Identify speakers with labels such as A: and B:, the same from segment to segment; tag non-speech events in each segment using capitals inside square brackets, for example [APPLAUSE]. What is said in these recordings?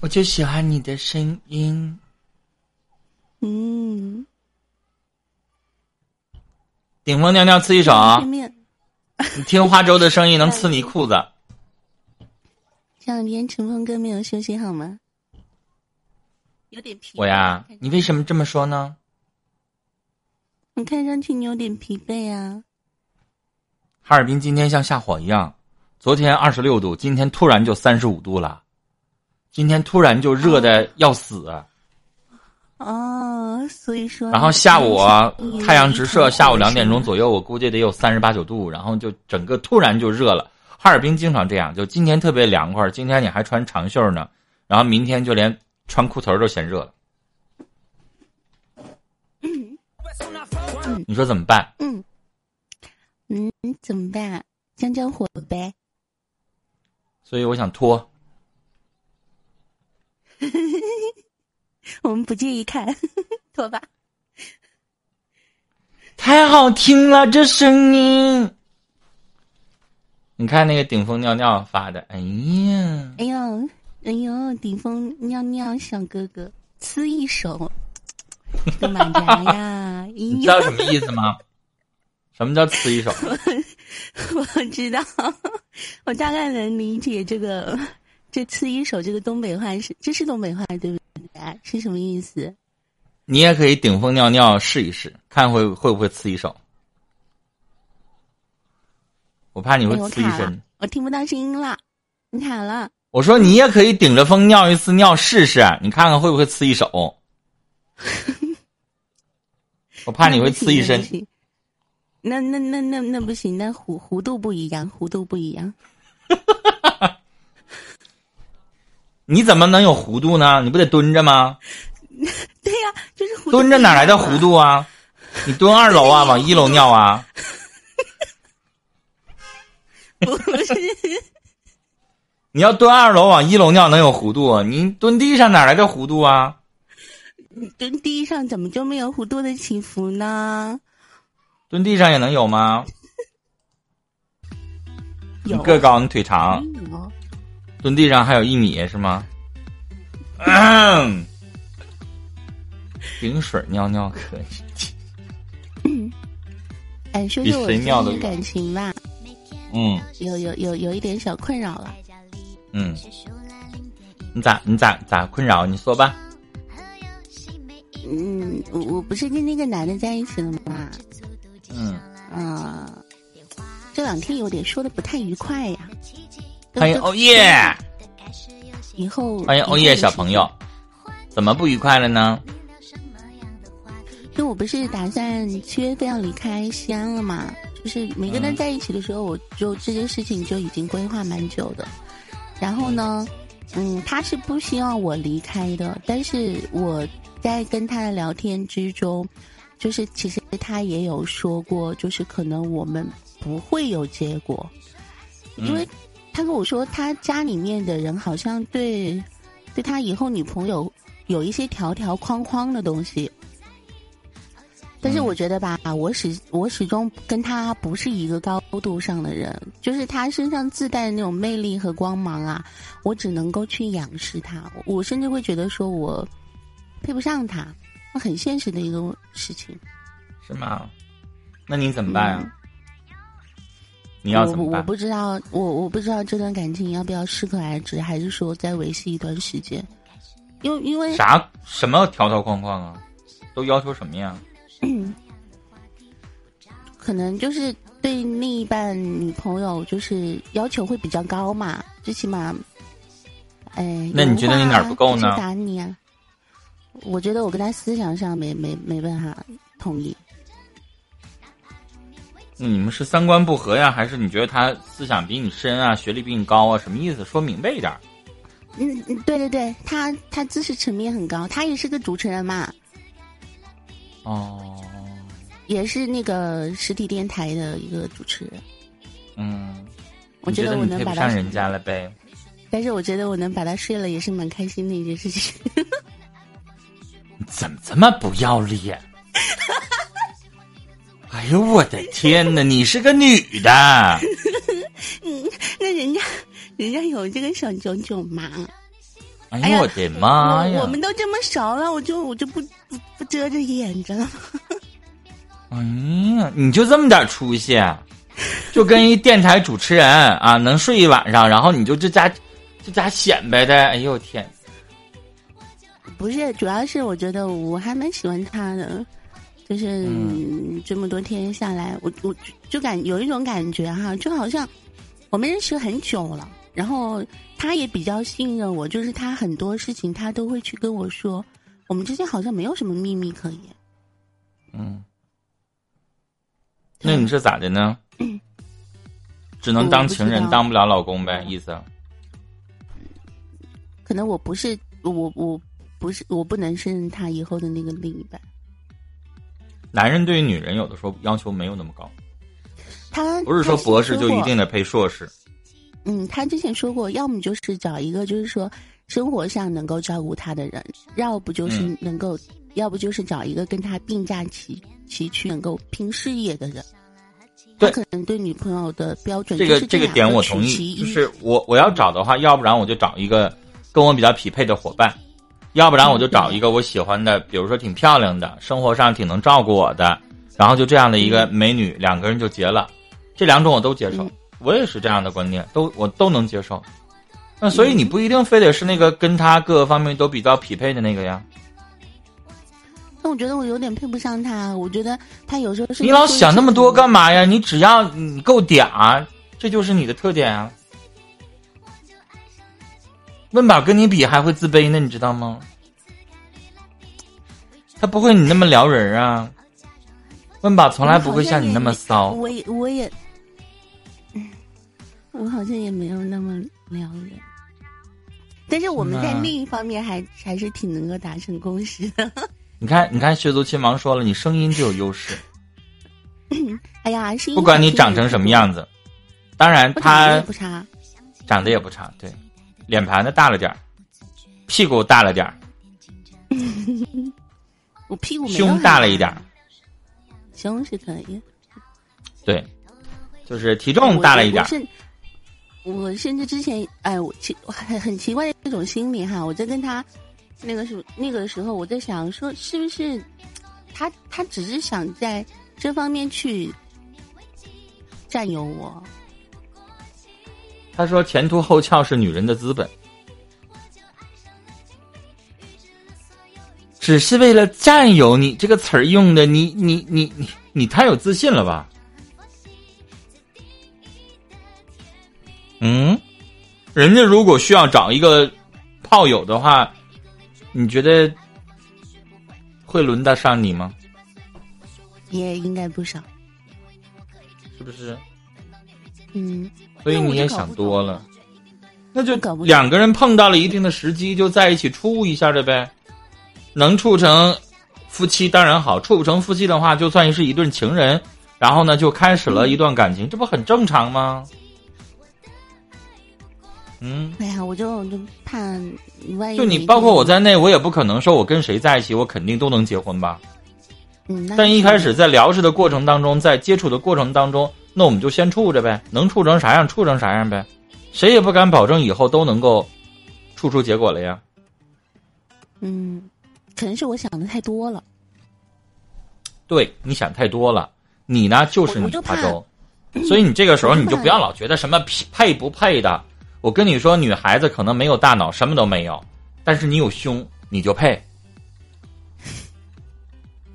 A: 我就喜欢你的声音。
B: 嗯，
A: 顶风尿尿刺一手，
B: 见面
A: [LAUGHS] 你听花粥的声音能刺你裤子。
B: 这两天陈峰哥没有休息好吗？有点疲惫
A: 我呀，你为什么这么说呢？
B: 我看上去你有点疲惫啊。
A: 哈尔滨今天像下火一样，昨天二十六度，今天突然就三十五度了，今天突然就热的要死。
B: 哦，所以说。
A: 然后下午啊
B: 嗯
A: 太阳直射，下午两点钟左右，我估计得有三十八九度，然后就整个突然就热了。哈尔滨经常这样，就今天特别凉快，今天你还穿长袖呢，然后明天就连穿裤头都嫌热了。你说怎么办？
B: 嗯，嗯，怎么办？降降火呗。
A: 所以我想脱，
B: 我们不介意看， [LAUGHS] 脱吧。
A: 太好听了，这声音。你看那个顶风尿尿发的，哎呀，
B: 哎呦，哎呦，顶峰尿尿小哥哥，呲一手， [LAUGHS] 干嘛呀呀？哎
A: [LAUGHS] 你知
B: 呦，
A: 道什么意思
B: [LAUGHS]
A: 吗？什么叫吃一手？
B: 我知道， [LAUGHS] 我大概能理解这个， [LAUGHS] 这呲一手这个东北话是，这是东北话对不对？是什么意思？
A: 你也可以顶风尿尿试一试，看会会不会刺一手。我怕你
B: 哎
A: 会
B: 呦，我
A: 刺一
B: 卡
A: 身。
B: 了，我听不到声音了，你卡了。
A: 我说你也可以顶着风尿一次尿试试，啊你看看会不会刺一
B: [LAUGHS]
A: 手。我怕你会刺一身
B: 那不。行。那那那那那不行，那弧弧度不一样，弧度不一样。
A: 你怎么能有弧度呢？你不得蹲着吗？
B: 对呀、就是弧度
A: 蹲着哪来的弧度啊？你蹲二楼
B: [LAUGHS]
A: 啊，往一楼尿啊？
B: 不一样啊？不是， [LAUGHS]
A: 你要蹲二楼往一楼尿能有弧度？啊你蹲地上哪来的弧度啊？
B: 蹲地上怎么就没有弧度的起伏呢？
A: 蹲地上也能有吗？你
B: 有
A: 个高，你腿长。
B: 有
A: 蹲地上还有一米是
B: [LAUGHS]
A: 吗？顶水尿尿可以，
B: 哎，说
A: 比
B: 说我
A: 谁
B: 最
A: 尿得
B: 近的
A: 远
B: 感情吧，
A: 嗯
B: 有有有有一点小困扰了。
A: 嗯，你咋你咋咋困扰？你说吧，
B: 嗯，我我不是跟那个男的在一起了吗？
A: 嗯，
B: 啊、这两天有点说的不太愉快呀。嗯
A: 欢迎欧耶，
B: 以后
A: 欢迎欧耶哦小朋友，怎么不愉快了呢？
B: 就我不是打算七月份要离开西安了嘛，就是没跟他在一起的时候，我就这件事情就已经规划蛮久的。然后呢，嗯，他是不希望我离开的，但是我在跟他的聊天之中，就是其实他也有说过，就是可能我们不会有结果，因为他跟我说他家里面的人好像对对他以后女朋友有一些条条框框的东西。但是
A: 嗯
B: 我觉得吧，我始我始终跟他不是一个高度上的人，就是他身上自带的那种魅力和光芒啊，我只能够去仰视他，我甚至会觉得说我配不上他，那很现实的一个事情。
A: 是吗？那你怎么办啊？你要怎么
B: 我我
A: 办？
B: 不知道，我我不知道这段感情要不要适可而止，还是说再维系一段时间？因为因为
A: 啥什么条条框框啊？都要求什么呀？
B: 可能就是对另一半女朋友就是要求会比较高嘛，最起码，哎，
A: 那你觉得你哪儿不够呢
B: 有话啊就打你啊？我觉得我跟他思想上没没没办法统一，
A: 你们是三观不合呀，还是你觉得他思想比你深啊，学历比你高啊？什么意思？说明白一点儿。
B: 嗯，嗯对对对，他他知识层面很高，他也是个主持人嘛，
A: 哦，
B: 也是那个实体电台的一个主持人。
A: 嗯，
B: 我
A: 你觉
B: 觉
A: 得
B: 得我
A: 你
B: 能
A: 配不
B: 把
A: 上
B: 他，
A: 人家了呗？
B: [LAUGHS] 但是我觉得我能把他睡了也是蛮开心的一件事情。 [LAUGHS]
A: 你怎么这么不要
B: [LAUGHS]
A: 脸？哎呦我的天哪！你是个女的，
B: 那人家人家有这个小九九嘛，
A: 哎
B: 哎
A: 呦
B: 呀
A: 我的妈呀！
B: 我们都这么熟了，我就我就不不不遮着掩着了。
A: 哎呀，你就这么点出息，啊就跟一电台主持人啊， [LAUGHS] 能睡一晚上，然后你就这家这家显摆的，哎呦天，
B: 不是，主要是我觉得我还蛮喜欢他的，就是、
A: 嗯
B: 这么多天下来，我我就就感有一种感觉哈，就好像我们认识很久了，然后他也比较信任我，就是他很多事情他都会去跟我说，我们之间好像没有什么秘密可言。
A: 嗯，那你是咋的呢？只能当情
B: 嗯我不知
A: 人，
B: 道
A: 当不了老公呗，意思？
B: 可能我不是我我不是我不能胜任他以后的那个另一半，
A: 男人对于女人有的时候要求没有那么高，
B: 他
A: 不是说
B: 他
A: 博士就
B: 过
A: 一定得配硕士。
B: 嗯，他之前说过，要么就是找一个就是说生活上能够照顾他的人，要不就是
A: 嗯
B: 能够，要不就是找一个跟他并驾齐齐驱、能够拼事业的人。
A: 对
B: 他可能对女朋友的标准
A: 这
B: 就
A: 个
B: 是
A: 这个
B: 两
A: 点我
B: 取
A: 同
B: 其
A: 意，
B: 一
A: 就是我我要找的话，要不然我就找一个跟我比较匹配的伙伴，要不然我就
B: 嗯
A: 找一个我喜欢的，比如说挺漂亮的，生活上挺能照顾我的，然后就这样的一个美女，两个人就结了。这两种我都接受
B: 嗯，
A: 我也是这样的观念，都我都能接受。那所以
B: 嗯
A: 你不一定非得是那个跟他各个方面都比较匹配的那个呀。
B: 但我觉得我有点配不上他，我觉得他有时候是
A: 你老想那么多干
B: 嘛？
A: 嘛呀？你只要你够嗲，这就是你的特点啊。温饱跟你比还会自卑呢，你知道吗？他不会你那么撩人啊。温饱从来不会像你那么骚，
B: 我也我也，嗯我好像也没有那么撩人。但是我们在
A: 那
B: 另一方面还还是挺能够达成共识的。
A: 你看，你看，学足亲王说了，你声音就有优势，
B: 哎呀，是因为
A: 不管你长成什么样子。当然，
B: 我长得
A: 他
B: 也不差，
A: 长得也不差，对，脸盘子大了点儿，屁股大了点儿，
B: 我屁股没有
A: 胸
B: 很
A: 大了一点儿，
B: 胸是可以，
A: 对，就是体重
B: 我
A: 大了一点
B: 我
A: 儿。
B: 甚我甚至之前，哎，我奇我很很奇怪的一种心理哈，我在跟他那个时候那个时候，我在想说，是不是他他只是想在这方面去占有我？
A: 他说：“前凸后翘是女人的资本，只是为了占有你这个词儿用的，你你你你你太有自信了吧？嗯，人家如果需要找一个炮友的话，你觉得会轮得上你吗？
B: 也应该不少，
A: 是不是？
B: 嗯，
A: 所以
B: 那我
A: 你也
B: 就搞
A: 想
B: 不懂
A: 多了。”那就
B: 搞不懂
A: 两个人碰到了一定的时机，就在一起处一下的呗。能处成夫妻当然好，处不成夫妻的话，就算是一对情人，然后呢就开始了一段感情，这不很正常吗？嗯，
B: 哎呀，我就我就怕万一
A: 就
B: 哪
A: 哎你
B: 一
A: 包括
B: 天
A: 我，在内，我也不可能说我跟谁在一起，我肯定都能结婚吧。
B: 嗯，那
A: 但一
B: 是
A: 开始在聊着的过程当中，在接触的过程当中，那我们就先处着呗，能处成啥样处成啥样呗，谁也不敢保证以后都能够处出结果了呀。
B: 嗯，可能是我想的太多了。
A: 对你想太多了，你呢就是
B: 我
A: 你
B: 我就
A: 花
B: 怕
A: 粥，所以你这个时候
B: 我就
A: 你就
B: 怕
A: 不要老觉得什么 [LAUGHS] 匹配不配的。我跟你说，女孩子可能没有大脑，什么都没有，但是你有胸，你就
B: [LAUGHS]
A: 配。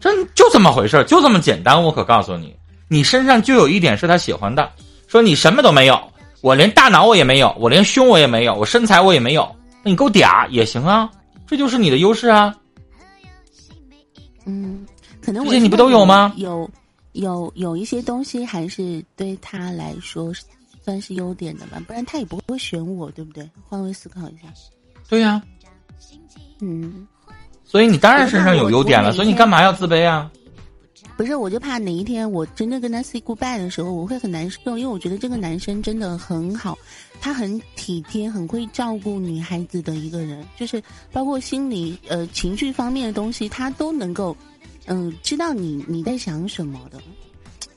A: 真就这么回事儿就这么简单。我可告诉你，你身上就有一点是她喜欢的。说你什么都没有，我连大脑我也没有，我连胸我也没有，我身材我也没有，那你够嗲也行啊，这就是你的优势啊。
B: 嗯，可能我
A: 这些你
B: 知
A: 不
B: 道
A: 都有吗
B: 有有有一些东西还是对他来说是算是优点的吧，不然他也不会选我，对不对？换位思考一下，
A: 对呀、
B: 嗯，
A: 所以你当然身上有优点了，
B: 我我每天
A: 所以你干嘛要自卑啊？
B: 不是，我就怕哪一天我真的跟他 say goodbye 的时候，我会很难受，因为我觉得这个男生真的很好，他很体贴，很会照顾女孩子的一个人，就是包括心理呃情绪方面的东西，他都能够嗯、知道你你在想什么的，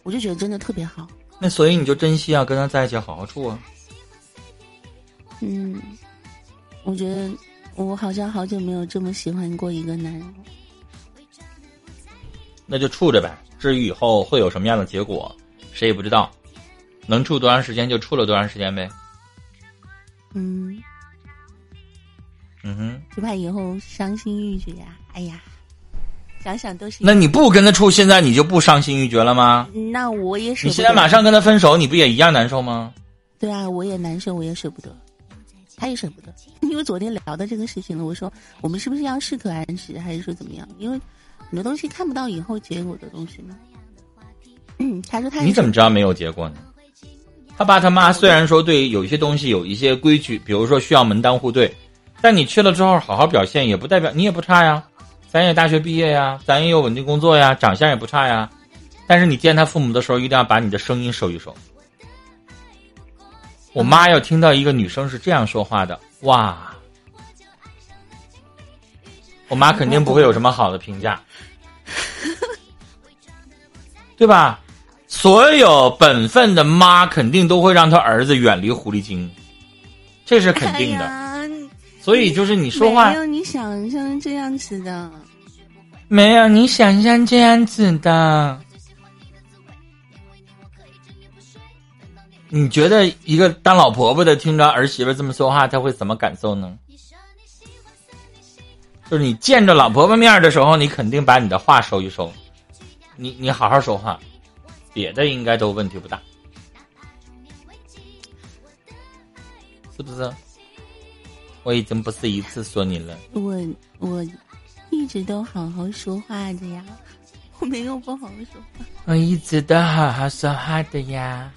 B: 我就觉得真的特别好，
A: 那所以你就珍惜啊，跟他在一起好好处啊。
B: 嗯，我觉得我好像好久没有这么喜欢过一个男人了。
A: 那就处着呗。至于以后会有什么样的结果，谁也不知道，能处多长时间就处了多长时间呗。
B: 嗯，
A: 嗯哼，
B: 就怕以后伤心欲绝呀、哎呀，想想都是。
A: 那你不跟他处，现在你就不伤心欲绝了吗？
B: 那我也舍
A: 你
B: 不得。
A: 现在马上跟他分手，你不也一样难受吗？
B: 对啊，我也难受，我也舍不得，他也舍不得， [LAUGHS] 因为昨天聊到这个事情了。我说我们是不是要适可而止，还是说怎么样？因为很多东西看不到以后结果的东西嘛。嗯，他说他也
A: 你怎么知道没有结果呢？他爸他妈虽然说对有一些东西有一些规矩，比如说需要门当户对，但你去了之后好好表现，也不代表你也不差呀，咱也大学毕业呀，咱也有稳定工作呀，长相也不差呀。但是你见他父母的时候，一定要把你的声音收一收。我妈要听到一个女生是这样说话的，哇！我妈肯定不会有什么好的评价，对吧？所有本分的妈肯定都会让她儿子远离狐狸精，这是肯定的。
B: 哎呀、
A: 所以就是你说话
B: 没有你想象这样子的。
A: 没有你想象这样子的。你觉得一个当老婆婆的听着儿媳妇这么说话，她会怎么感受呢？就是你见着老婆婆面儿的时候，你肯定把你的话收一收，你你好好说话，别的应该都问题不大，是不是？我已经不是一次说你了。
B: 我我一直都好好说话的呀，我没有不好好说话。
A: 我一直都好好说话的呀。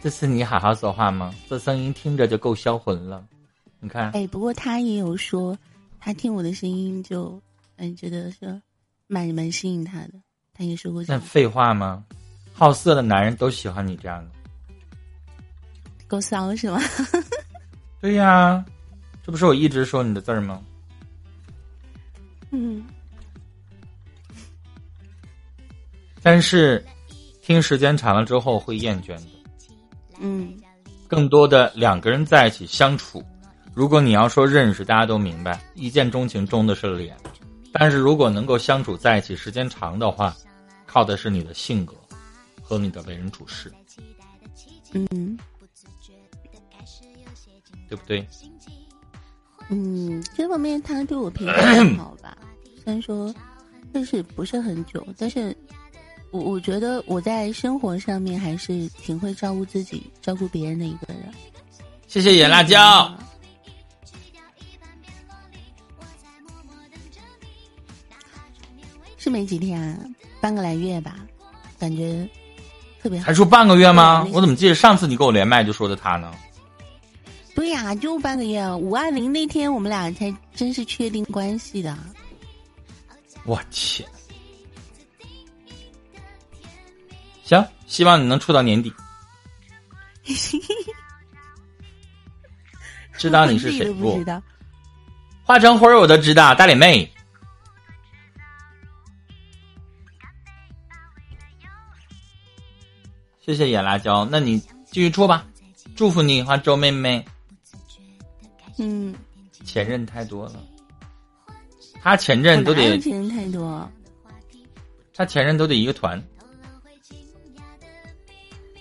A: 这是你好好说话吗？这声音听着就够销魂了。你看，
B: 哎，不过他也有说，他听我的声音就嗯觉得说蛮蛮吸引他的，他也说过这
A: 那
B: 样，
A: 废话吗？好色的男人都喜欢你这样的。
B: 够骚是吗？
A: 对呀、这不是我一直说你的字儿吗？
B: 嗯，
A: 但是，听时间长了之后会厌倦的。
B: 嗯，
A: 更多的两个人在一起相处，如果你要说认识，大家都明白，一见钟情钟的是脸，但是如果能够相处在一起时间长的话，靠的是你的性格和你的为人处事，
B: 嗯
A: 对不对？
B: 嗯，这方面他对我评价很好吧？虽然说认识不是很久，但是我我觉得我在生活上面还是挺会照顾自己、照顾别人的一个人。
A: 谢谢野辣椒，
B: 是没几天啊，半个来月吧，感觉特别好
A: 才。说半个月吗
B: 对？
A: 我怎么记得上次你跟我连麦就说的他呢？
B: 对呀、就半个月啊。五二零那天我们俩才真是确定关系的。
A: 我天！行，希望你能处到年底。 [LAUGHS] 知道你是
B: 我自己
A: 谁
B: 都
A: 不？
B: 不知道。
A: 化成灰儿我都知道，大脸妹。谢谢野辣椒，那你继续处吧，祝福你花周妹妹。
B: 嗯，
A: 前任太多了，他前任都
B: 我哪有
A: 得，
B: 前任太多。
A: 他前任都得一个团，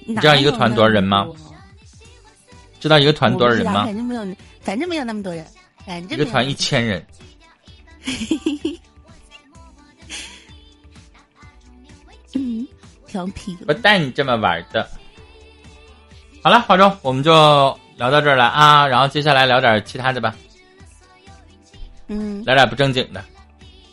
B: 你
A: 知道一个团多少人吗知道一个团多少人吗
B: 反？正没有，反正没有那么多人，反
A: 一
B: 正
A: 个
B: 没有
A: 团一千人。
B: 嗯，调皮。
A: 不带你这么玩的。好了，华中，我们就聊到这儿了啊，然后接下来聊点其他的吧，
B: 嗯，
A: 聊点不正经的。